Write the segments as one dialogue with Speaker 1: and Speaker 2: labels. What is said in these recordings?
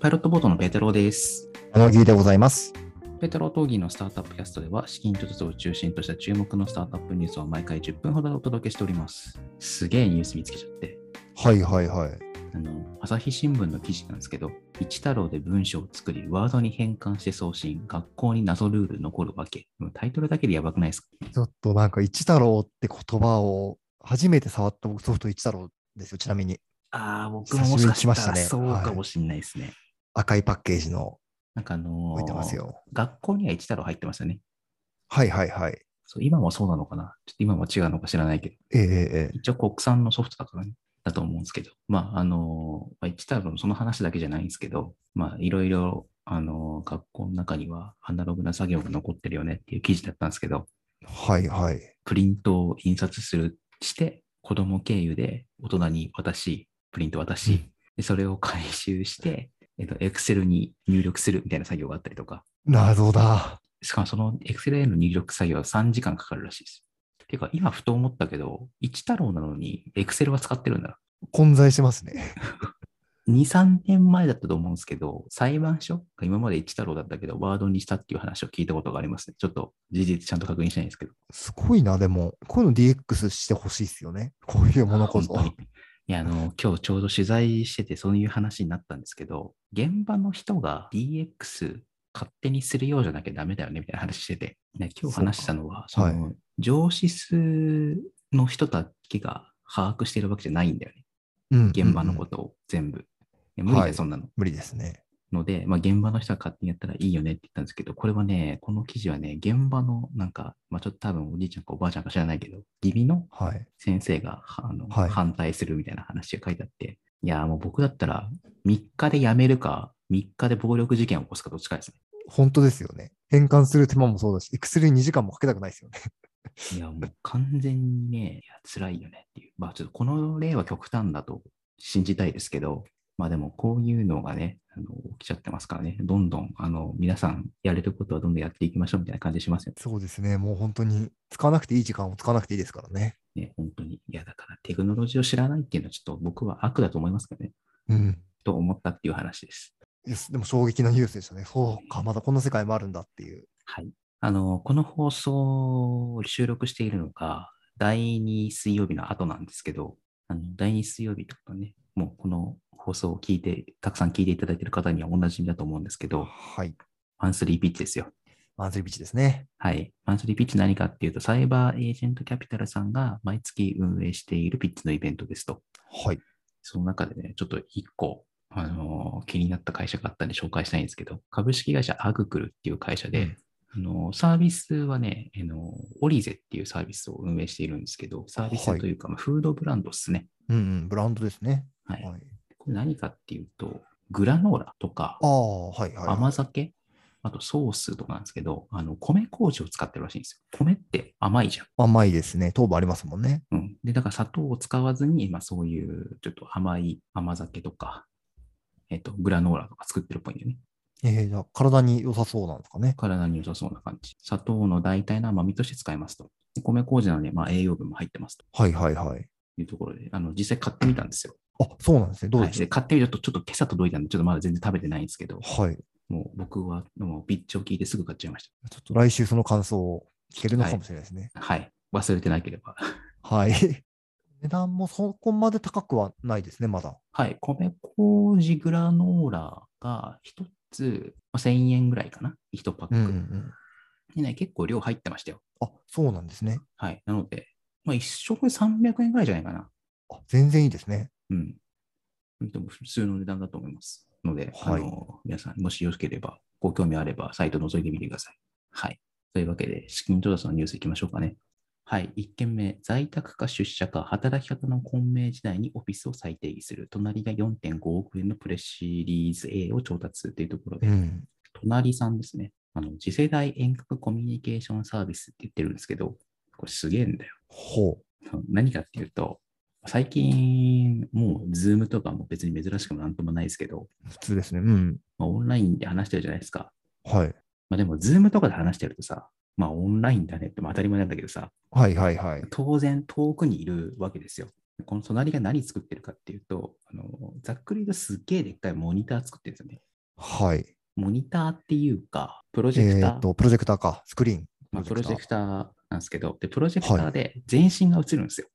Speaker 1: パイロットボートのペテロです。
Speaker 2: 小野木でございます。
Speaker 1: ペテロ討議のスタートアップキャストでは、資金調達を中心とした注目のスタートアップニュースを毎回10分ほどでお届けしております。すげえニュース見つけちゃって、
Speaker 2: はいはいはい。
Speaker 1: あの、朝日新聞の記事なんですけど、一太郎で文章を作り、ワードに変換して送信、学校に謎ルール残るわけ。もうタイトルだけでやばくないですか
Speaker 2: ちょっとなんか一太郎って言葉を初めて触った僕ソフト一太郎ですよ。ちなみに
Speaker 1: ああ、僕
Speaker 2: ももしかしたら久しぶりに来ましたね
Speaker 1: そう
Speaker 2: はい
Speaker 1: かもしれないですね。
Speaker 2: 赤いパッケージの
Speaker 1: なんかあのー
Speaker 2: 置いてますよ。
Speaker 1: 学校には一太郎入ってますよね。
Speaker 2: はいはいはい。
Speaker 1: そう今もそうなのかなちょっと今も違うのか知らないけど。
Speaker 2: ええええええ
Speaker 1: 一応国産のソフトだからね、だと思うんですけど、まあ、あの、まあ一太郎のその話だけじゃないんですけど、まあ、いろいろ、あの、学校の中にはアナログな作業が残ってるよねっていう記事だったんですけど、
Speaker 2: はいはい。
Speaker 1: プリントを印刷する、して、子供経由で大人に渡し、プリント渡し、でそれを回収して、えっと、エクセルに入力するみたいな作業があったりとか、
Speaker 2: 謎だ。
Speaker 1: しかもその Excel への入力作業は3時間かかるらしいです。てか、今ふと思ったけど、一太郎なのに Excel は使ってるんだな。
Speaker 2: 混在してますね。
Speaker 1: 2、3年前だったと思うんですけど、裁判所が今まで一太郎だったけど、ワードにしたっていう話を聞いたことがありますね。ちょっと事実ちゃんと確認したいんですけど。
Speaker 2: すごいな、でも。こういうの DX してほしいですよね。こういうものこそ。
Speaker 1: 本当にいや、あの、今日ちょうど取材してて、そういう話になったんですけど、現場の人が DX 勝手にするようじゃなきゃダメだよね、みたいな話してて。ね、今日話したのは、そ
Speaker 2: そうか
Speaker 1: の、上司数の人たちが把握しているわけじゃないんだよね。
Speaker 2: うん
Speaker 1: 現場のこ
Speaker 2: うんうん
Speaker 1: とを全部。いや無理だよ、
Speaker 2: はい
Speaker 1: そんなの。
Speaker 2: 無理ですね。
Speaker 1: ので、まあ、現場の人が勝手にやったらいいよねって言ったんですけど、これはね、この記事はね、現場のなんか、まあ、ちょっと多分おじいちゃんかおばあちゃんか知らないけど、義理の
Speaker 2: はい。
Speaker 1: 先生がはあの、
Speaker 2: はい
Speaker 1: 反対するみたいな話が書いてあって、いやー、もう僕だったら3日で辞めるか、3日で暴力事件を起こすかどっちかです
Speaker 2: 本当ですよね。変換する手間もそうだし、Excel に2時間もかけたくないですよね。
Speaker 1: ね。いや、もう完全にね、いや辛いよねっていう。まあちょっとこの例は極端だと信じたいですけど、まあでもこういうのがね、あの起きちゃってますからね、どんどんあの皆さんやれることはどんどんやっていきましょうみたいな感じしますよね
Speaker 2: そうですね。もう本当に使わなくていい時間を使わなくていいですからね。
Speaker 1: ね、本当に。いや、だからテクノロジーを知らないっていうのはちょっと僕は悪だと思いますけどね。
Speaker 2: うん。
Speaker 1: と思ったっていう話です。
Speaker 2: いやでも衝撃のニュースでしたね。そうか、まだこんな世界もあるんだっていう。
Speaker 1: はい。あの、この放送を収録しているのが、第2水曜日の後なんですけど、あの第2水曜日とかね、もうこの放送を聞いて、たくさん聞いていただいている方にはおなじみだと思うんですけど、
Speaker 2: はい。
Speaker 1: マンスリーピッチですよ。
Speaker 2: マンスリービーチですね。
Speaker 1: はい。マンスリーピッチ何かっていうと、サイバーエージェントキャピタルさんが毎月運営しているピッチのイベントですと。
Speaker 2: はい。
Speaker 1: その中でね、ちょっと一個、あのー気になった会社があったんで紹介したいんですけど、株式会社アグクルっていう会社で、
Speaker 2: うん
Speaker 1: あのーサービスはね、あのーオリゼっていうサービスを運営しているんですけど、サービスというか、まあフードブランドですね。
Speaker 2: うんうん、ブランドですね。
Speaker 1: はい。
Speaker 2: はい、
Speaker 1: これ何かっていうと、グラノーラとか
Speaker 2: あ、あ、はいはい。
Speaker 1: 甘酒、あとソースとかなんですけど、あの米麹を使ってるらしいんですよ。米って甘いじゃん。
Speaker 2: 甘いですね。糖分ありますもんね。
Speaker 1: うん。で、だから砂糖を使わずに、まあそういうちょっと甘い甘酒とか、えっと、グラノーラとか作ってるっぽいんだよね。
Speaker 2: えー、じゃあ体に良さそうなんですかね。
Speaker 1: 体に良さそうな感じ。砂糖の代替の甘みとして使えますと。で米麹なので、まあ、栄養分も入ってますと
Speaker 2: はいはいはい。
Speaker 1: いうところで、あの実際買ってみたんですよ。
Speaker 2: あ、そうなんですね。どう
Speaker 1: はい
Speaker 2: でし
Speaker 1: で買ってみると、ちょっと今朝届いたんで、ちょっとまだ全然食べてないんですけど、
Speaker 2: たはい。
Speaker 1: もう僕はもうピッチを聞いてすぐ買っちゃいまし
Speaker 2: ちょっと来週その感想を聞けるのかもしれないですね。
Speaker 1: た。はい。忘れてなければ。
Speaker 2: はい。 値段もそこまで高くはないですね、まだ。
Speaker 1: はい。米麹グラノーラが1つまあ1000円ぐらいかな。1パック。
Speaker 2: うんうんうん。
Speaker 1: でね、結構量入ってましたよ。
Speaker 2: あ、そうなんですね。
Speaker 1: はい。なので、まあ、一食300円ぐらいじゃないかな。
Speaker 2: あ、全然いいですね。
Speaker 1: うん。でも普通の値段だと思います。ので、
Speaker 2: はい
Speaker 1: あの皆さん、もしよろしければ、ご興味あれば、サイト覗いてみてください。はい。というわけで、資金調達のニュースいきましょうかね。はい。1件目、在宅か出社か、働き方の混迷時代にオフィスを再定義する。隣が4.5億円のプレシリーズ A を調達というところで、
Speaker 2: うん。
Speaker 1: 隣さんですね。あの、次世代遠隔コミュニケーションサービスって言ってるんですけど、これすげえんだよ
Speaker 2: ほう。
Speaker 1: そう何かっていうと、最近、もう、ズームとかも別に珍しくもなんともないですけど、
Speaker 2: 普通ですね。うん。
Speaker 1: まあ、オンラインで話してるじゃないですか。
Speaker 2: はい。
Speaker 1: まあ、でも、ズームとかで話してるとさ、まあ、オンラインだねってまあ当たり前なんだけどさ、
Speaker 2: はいはいはい。
Speaker 1: 当然遠くにいるわけですよ。この隣が何作ってるかっていうと、あのざっくり言うとすっげえでっかいモニター作ってるんですよね。
Speaker 2: はい。
Speaker 1: モニターっていうか、プロジェク
Speaker 2: え
Speaker 1: タ
Speaker 2: ー
Speaker 1: ー、
Speaker 2: っと、プロジェクターか、スクリーン。
Speaker 1: まあ、プロジェク
Speaker 2: ター。
Speaker 1: ターなんですけど、で、プロジェクターで全身が映るんですよ。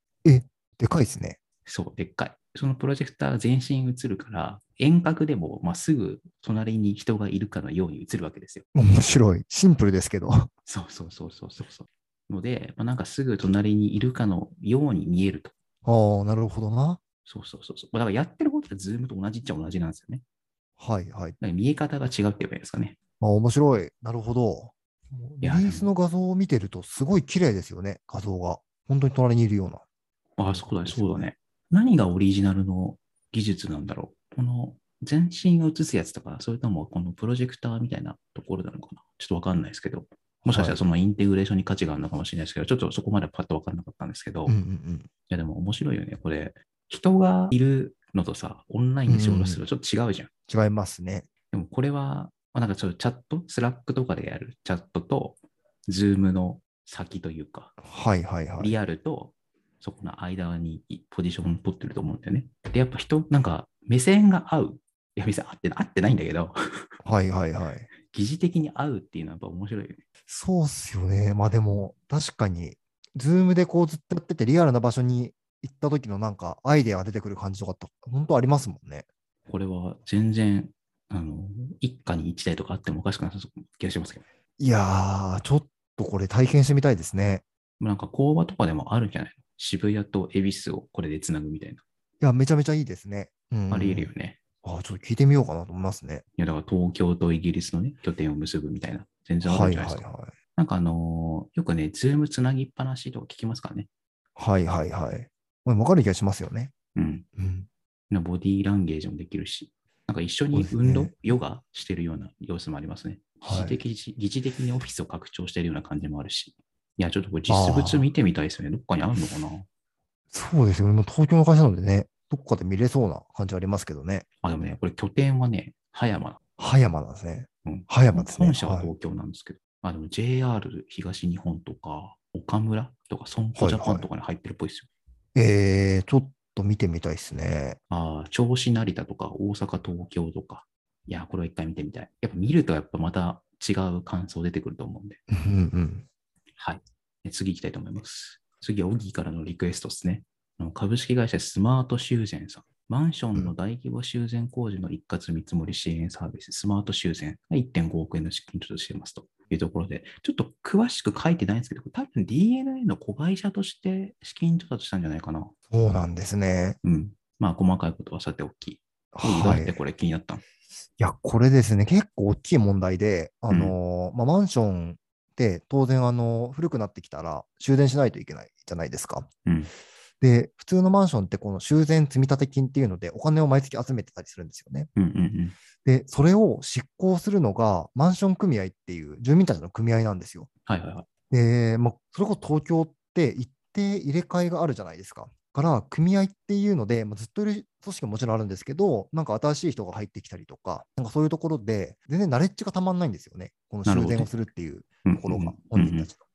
Speaker 2: でかいですね。
Speaker 1: そう、でっかい。そのプロジェクターが全身映るから、遠隔でも、まあ、すぐ隣に人がいるかのように映るわけですよ。
Speaker 2: 面白い。シンプルですけど。
Speaker 1: そうそうそうそうそうそう。ので、まあ、なんかすぐ隣にいるかのように見えると。
Speaker 2: ああ、なるほどな。
Speaker 1: そうそうそうそう。まあだからやってることはズームと同じっちゃ同じなんですよね。
Speaker 2: はいはい。
Speaker 1: だから見え方が違うって言えばいいですかね。
Speaker 2: あ、面白い。なるほど。
Speaker 1: い
Speaker 2: リリ
Speaker 1: やでも
Speaker 2: ースの画像を見てると、すごい綺麗ですよね、画像が。本当に隣にいるような。
Speaker 1: ああ、そうだね、そうだね。何がオリジナルの技術なんだろう。この全身を映すやつとか、それともこのプロジェクターみたいなところなのかな。ちょっとわかんないですけど。もしかした
Speaker 2: は
Speaker 1: ら
Speaker 2: い
Speaker 1: そのインテグレーションに価値があるのかもしれないですけど、ちょっとそこまでパッとわかんなかったんですけど、
Speaker 2: うんう
Speaker 1: い
Speaker 2: んうん。
Speaker 1: やでも面白いよね、これ。人がいるのとさ、オンラインで仕事するとちょっと違うじゃん。
Speaker 2: 違いますね。
Speaker 1: でもこれは、まあ、なんかちょっとチャット、スラックとかでやるチャットと、ズームの先というか、
Speaker 2: はいはいはい。
Speaker 1: リアルとそこの間にポジション取ってると思うんだよね。で、やっぱ人、なんか目線が合う。いや、別に合って合ってないんだけど、
Speaker 2: はいはいはい。
Speaker 1: 疑似的に合うっていうのはやっぱ面白いよね。
Speaker 2: そうっすよね。まあでも、確かに、ズームでこうずっとやってて、リアルな場所に行った時のなんか、アイデアが出てくる感じとかって、本当ありますもんね。
Speaker 1: これは全然、あの、一家に一台とかあってもおかしくなさそうな気がしますけどね。
Speaker 2: いやー、ちょっとこれ体験してみたいですね。
Speaker 1: なんか工場とかでもあるんじゃないの渋谷と恵比寿をこれでつなぐみたい
Speaker 2: いや、めちゃめちゃいいですね。うんうん
Speaker 1: な。あり得るよね。
Speaker 2: あ、ちょっと聞いてみようかなと思いますね。
Speaker 1: いや、だから東京とイギリスのね、拠点を結ぶみたいな、全然ある
Speaker 2: は
Speaker 1: ん
Speaker 2: い
Speaker 1: じゃ
Speaker 2: は
Speaker 1: ないいですか。
Speaker 2: はい。
Speaker 1: なんかあのーよくね、ズームつなぎっぱなしとか聞きますからね。
Speaker 2: はいはいはい。まあわかる気がしますよね。
Speaker 1: うん。
Speaker 2: うん。
Speaker 1: ボディーランゲージもできるし、なんか一緒に
Speaker 2: そうですね
Speaker 1: 運動、ヨガしてるような様子もありますね。
Speaker 2: はい
Speaker 1: 疑似的疑似的にオフィスを拡張してるような感じもあるし。いや、ちょっとこれ実物見てみたいですよね。どっかにあるのかな
Speaker 2: そうですよね。もう東京の会社なのでね、どっかで見れそうな感じありますけどね。
Speaker 1: あ、でもね、これ拠点はね、葉山。
Speaker 2: 葉山なんですね。
Speaker 1: うん
Speaker 2: 葉山ですね。
Speaker 1: 本社は
Speaker 2: はい
Speaker 1: 東京なんですけど、あ、でも JR 東日本とか、岡村とか、損保ジャパンとかに入ってるっぽいですよ。
Speaker 2: えー、ちょっと見てみたいですね。
Speaker 1: ああ、銚子成田とか大阪東京とか。いや、これは一回見てみたい。やっぱ見るとやっぱまた違う感想出てくると思うんで。
Speaker 2: うんうん。
Speaker 1: はい。で次行きたいと思います。次はオギーからのリクエストですね。あの株式会社スマート修繕さん。マンションの大規模修繕工事の一括見積もり支援サービス、スマート修繕が1.5億円の資金調達してますというところで、ちょっと詳しく書いてないんですけど、多分 DNA の子会社として資金調達したんじゃないかな。
Speaker 2: そうなんですね。
Speaker 1: うん。まあ、細かいことはさておき。オギーどう
Speaker 2: は
Speaker 1: やっ
Speaker 2: い。
Speaker 1: て
Speaker 2: い
Speaker 1: これ気になったの
Speaker 2: や、これですね、結構大きい問題で、あのーまあ、マンションって当然、あのー古くなってきたら修繕しないといけないじゃないですか。
Speaker 1: うん
Speaker 2: で、普通のマンションってこの修繕積立金っていうのでお金を毎月集めてたりするんですよね。
Speaker 1: うんうん
Speaker 2: で、それを執行するのがマンション組合っていう住民たちの組合なんですよ。
Speaker 1: はいはいはい。
Speaker 2: で、まあ、それこそ東京って一定入れ替えがあるじゃないですか。から、組合っていうので、まあ、ずっといる組織ももちろんあるんですけど、なんか新しい人が入ってきたりとか、なんかそういうところで、全然ナレッジがたまんないんですよね。この修
Speaker 1: なるほど
Speaker 2: 繕をするっていう
Speaker 1: うん
Speaker 2: ところが、
Speaker 1: うんう
Speaker 2: 本
Speaker 1: ん
Speaker 2: 人たちの。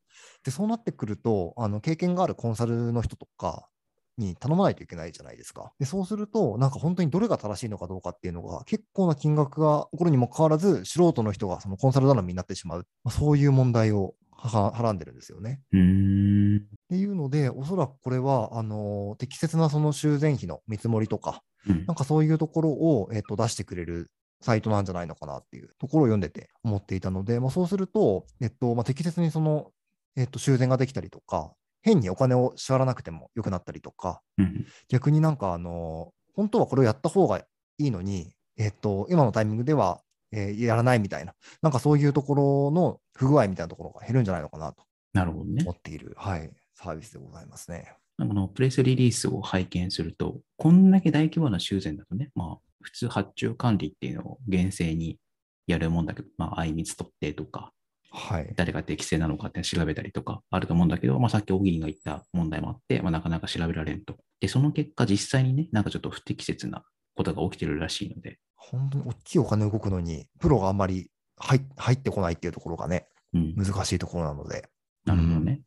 Speaker 2: で、そうなってくると、あの経験があるコンサルの人とかに頼まないといけないじゃないですか。で、そうすると、なんか本当にどれが正しいのかどうかっていうのが、結構な金額が起こるにもかかわらず、素人の人がそのコンサル頼みになってしまう、まあ、そういう問題をははらんでるんですよね。
Speaker 1: うーん。
Speaker 2: っていうので、おそらくこれは、あの適切なその修繕費の見積もりとか、
Speaker 1: うん
Speaker 2: なんかそういうところを、えっと出してくれるサイトなんじゃないのかなっていうところを読んでて思っていたので、まあ、そうすると、えっとまあ、適切にその、えっと修繕ができたりとか、変にお金を支払わなくても良くなったりとか、
Speaker 1: うん
Speaker 2: 逆になんか、あの本当はこれをやった方がいいのに、えっと今のタイミングでは、えーやらないみたいな、なんかそういうところの不具合みたいなところが減るんじゃないのかなと
Speaker 1: なるほどね
Speaker 2: 思。っている、はい、サービスでございますね。
Speaker 1: このプレスリリースを拝見すると、こんだけ大規模な修繕だとね、まあ、普通発注管理っていうのを厳正にやるもんだけど、まあ、あいみつ特定とか、
Speaker 2: はい。
Speaker 1: 誰が適正なのかって調べたりとかあると思うんだけど、まあ、さっき小木が言った問題もあって、まあ、なかなか調べられんと。で、その結果、実際にね、なんかちょっと不適切なことが起きてるらしいので、
Speaker 2: 本当に大きいお金動くのに、プロがあんまり入入ってこないっていうところがね、
Speaker 1: うん、
Speaker 2: 難しいところなので。
Speaker 1: なるほどね。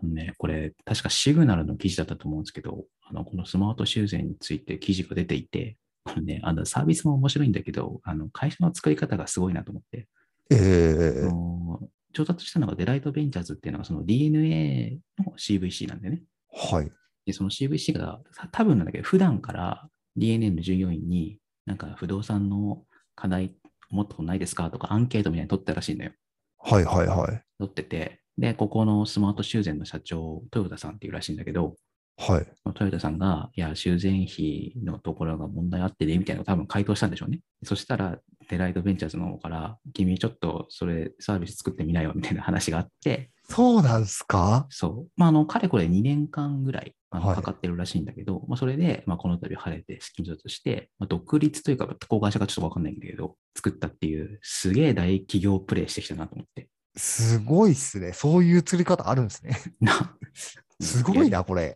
Speaker 1: ね、これ、確かシグナルの記事だったと思うんですけど、あのこのスマート修繕について記事が出ていて、 これね、あのサービスも面白いんだけど、あの会社の作り方がすごいなと思って、
Speaker 2: え
Speaker 1: あ
Speaker 2: え
Speaker 1: の調達したのがデライトベンチャーズっていうのがその DNA の CVC なんでね。
Speaker 2: はい。
Speaker 1: で、その CVC がた多分なんだけど、普段から DNA の従業員になんか不動産の課題持ったことないですかとかアンケートみたいに取ってたらしいのよ。
Speaker 2: はいはいはい。
Speaker 1: 取ってて、で、ここのスマート修繕の社長、豊田さんっていうらしいんだけど、
Speaker 2: はい。
Speaker 1: 豊田さんが、いや、修繕費のところが問題あってね、みたいなのを多分回答したんでしょうね。そしたら、デライトベンチャーズの方から、君ちょっとそれサービス作ってみなよ、みたいな話があって、
Speaker 2: そうなんすか
Speaker 1: そう。まあ、あの、かれこれ2年間ぐらい、あの
Speaker 2: はい
Speaker 1: かかってるらしいんだけど、まあ、それで、まあ、この度晴れて、資金調達して、まあ、独立というか、子会社かちょっとわかんないんだけど、作ったっていう、すげえ大企業プレイしてきたなと思って。
Speaker 2: すごいっすね。そういう釣り方あるんですね。
Speaker 1: な
Speaker 2: すごいな、こ
Speaker 1: う
Speaker 2: れ。
Speaker 1: ん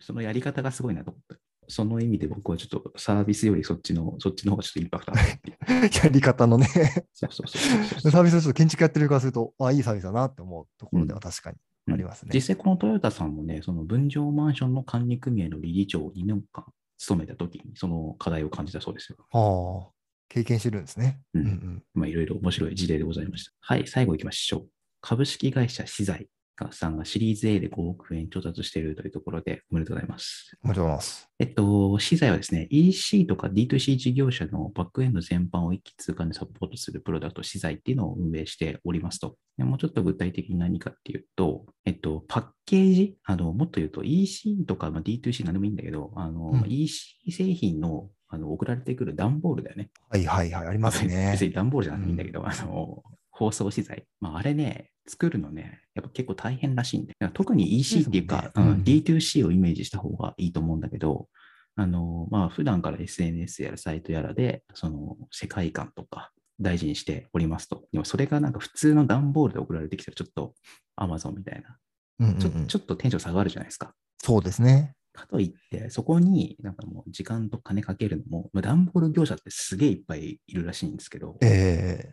Speaker 1: そのやり方がすごいなと思った。その意味で僕はちょっとサービスよりそっちの、そっちの方がちょっとインパクトあるっていう。
Speaker 2: やり方のね。
Speaker 1: そうそうそうそうそ
Speaker 2: サ
Speaker 1: う
Speaker 2: ービスをちょっと建築やってるからすると、あ、いいサービスだなって思うところでは確かにありますね。
Speaker 1: 実際このトヨタさんもね、その分譲マンションの管理組合の理事長を2年間務めた時にその課題を感じたそうですよ。
Speaker 2: はあ、経験してるんですね。
Speaker 1: うん
Speaker 2: うんうん、
Speaker 1: まあいろいろ面白い事例でございました。はい、最後行きましょう。株式会社資材さんがシリーズ A で5億円調達しているというところでおめでとうございます。
Speaker 2: ありがとうございます。
Speaker 1: えっと、資材はですね、EC とか D2C 事業者のバックエンド全般を一気通貫でサポートするプロダクト資材っていうのを運営しておりますと。でもうちょっと具体的に何かっていうと、えっと、パッケージ、あの、もっと言うと EC とか、まあ、D2C 何でもいいんだけど、あの、
Speaker 2: うん
Speaker 1: まあ EC 製品のあの送られてくる段ボールだよね。
Speaker 2: はいはいはい、ありますね
Speaker 1: 別。に段ボールじゃなくていいんだけど、あの、包装資材。まあ、あれね、作るのね、やっぱ結構大変らしいんで、特に EC っていうか、
Speaker 2: ですもんね
Speaker 1: うん
Speaker 2: うん
Speaker 1: D2C をイメージした方がいいと思うんだけど、あの、まあ、普段から SNS やらサイトやらで、その、世界観とか大事にしておりますと。でも、それがなんか普通の段ボールで送られてきたら、ちょっと Amazon みたいな、
Speaker 2: うんうんうん
Speaker 1: ちょちょっとテンション下がるじゃないですか。
Speaker 2: そうですね。
Speaker 1: かといって、そこになんかもう時間と金かけるのも、まあ、段ボール業者ってすげえいっぱいいるらしいんですけど、
Speaker 2: え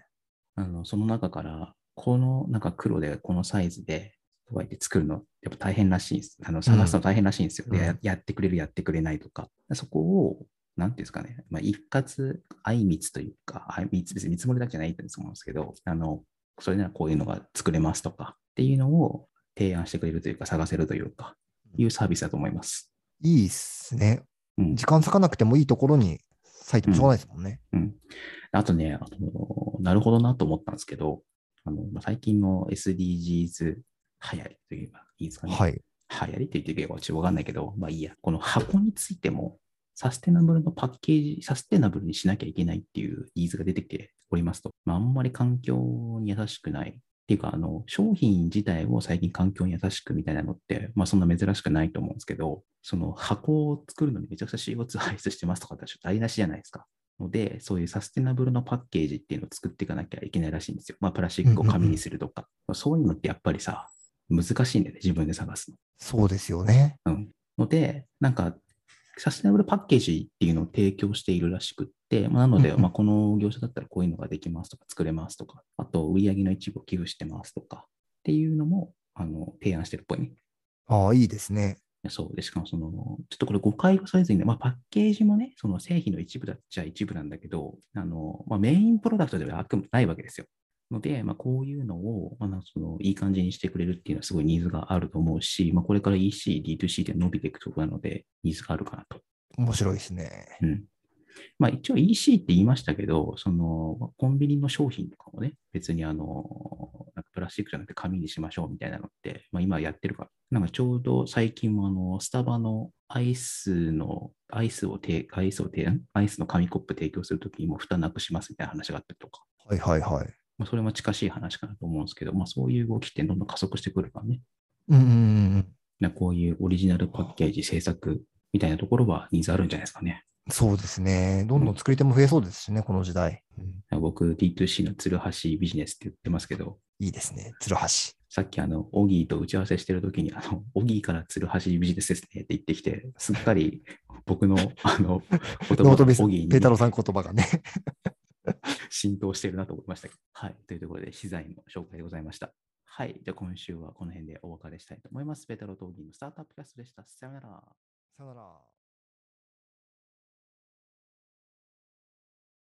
Speaker 1: あの、その中から、この、なんか黒で、このサイズで、とか言って作るの、やっぱ大変らしいんです。あの、探すの大変らしいんですよ。で、ややってくれる、やってくれないとか。そこを、なんていうんですかね、まあ、一括、相密というか、相密、別に見積もりだけじゃないと思うんですけど、あの、それならこういうのが作れますとか、っていうのを提案してくれるというか、探せるというか、いうサービスだと思います。
Speaker 2: えいいっすね。
Speaker 1: うん
Speaker 2: 時間割かなくてもいいところに割いてもしょうがないですもんね。
Speaker 1: うん。あとね、あのなるほどなと思ったんですけど、あのまあ最近の SDGs 流行りといえばいいですかね。
Speaker 2: はい。
Speaker 1: 流行りと言っていいかちょっとわかんないけど、まあいいや。この箱についても、サステナブルのパッケージ、サステナブルにしなきゃいけないっていうニーズが出てきておりますと、まあ、あんまり環境に優しくない。っていうか、あの、商品自体を最近環境に優しくみたいなのって、まあそんな珍しくないと思うんですけど、その箱を作るのにめちゃくちゃ CO2 排出してますとかってちょっと台無しじゃないですか。ので、そういうサステナブルのパッケージっていうのを作っていかなきゃいけないらしいんですよ。まあプラスチックを紙にするとか。まあそういうのってやっぱりさ、難しいんだよね、自分で探すの。
Speaker 2: そうですよね。
Speaker 1: ので、なんか、サステナブルパッケージっていうのを提供しているらしくって、まあ、なので、
Speaker 2: うんうん
Speaker 1: まあこの業者だったらこういうのができますとか、作れますとか、あと売り上げの一部を寄付してますとかっていうのもあの提案してるっぽいね。
Speaker 2: ああ、いいですね。
Speaker 1: そうで、しかもその、ちょっとこれ誤解がされずにね、まあ、パッケージもね、その製品の一部だっちゃ一部なんだけど、あのまあ、メインプロダクトではあくまでないわけですよ。ので、まあ、こういうのを、まあ、なんかそのいい感じにしてくれるっていうのはすごいニーズがあると思うし、まあ、これから EC、D2C で伸びていくところなので、ニーズがあるかなと。
Speaker 2: 面白いですね。
Speaker 1: うんまあ、一応 EC って言いましたけど、そのまあコンビニの商品とかもね、別にあのなんかプラスチックじゃなくて紙にしましょうみたいなのって、まあ、今やってるから、なんかちょうど最近もあのスタバのアイスの、アイスをてアイスを提案、アイスの紙コップ提供するときにもう蓋なくしますみたいな話があったりとか、
Speaker 2: はいはいはい。
Speaker 1: まあ、それも近しい話かなと思うんですけど、まあ、そういう動きってどんどん加速してくるからね、
Speaker 2: うんうんうんうん。
Speaker 1: なんかこういうオリジナルパッケージ制作みたいなところはニーズあるんじゃないですかね。
Speaker 2: そうですね。どんどん作り手も増えそうですしね、この時代。うん
Speaker 1: 僕、D2C の鶴橋ビジネスって言ってますけど、
Speaker 2: いいですね。鶴橋。
Speaker 1: さっきあの、オギーと打ち合わせしてるときに、あの、オギーから鶴橋ビジネスですねって言ってきて、すっかり僕の、あの、言
Speaker 2: ノートベー
Speaker 1: が
Speaker 2: ス、
Speaker 1: オギ
Speaker 2: ペー
Speaker 1: ー
Speaker 2: タ
Speaker 1: に
Speaker 2: ローさん言葉が ね。
Speaker 1: 浸透してるなと思いましたけど。はい。というところで、資材の紹介でございました。はい。じゃあ今週はこの辺でお別れしたいと思います。ペータローとオギーのスタートアップキャストでした。さよなら。
Speaker 2: さよなら。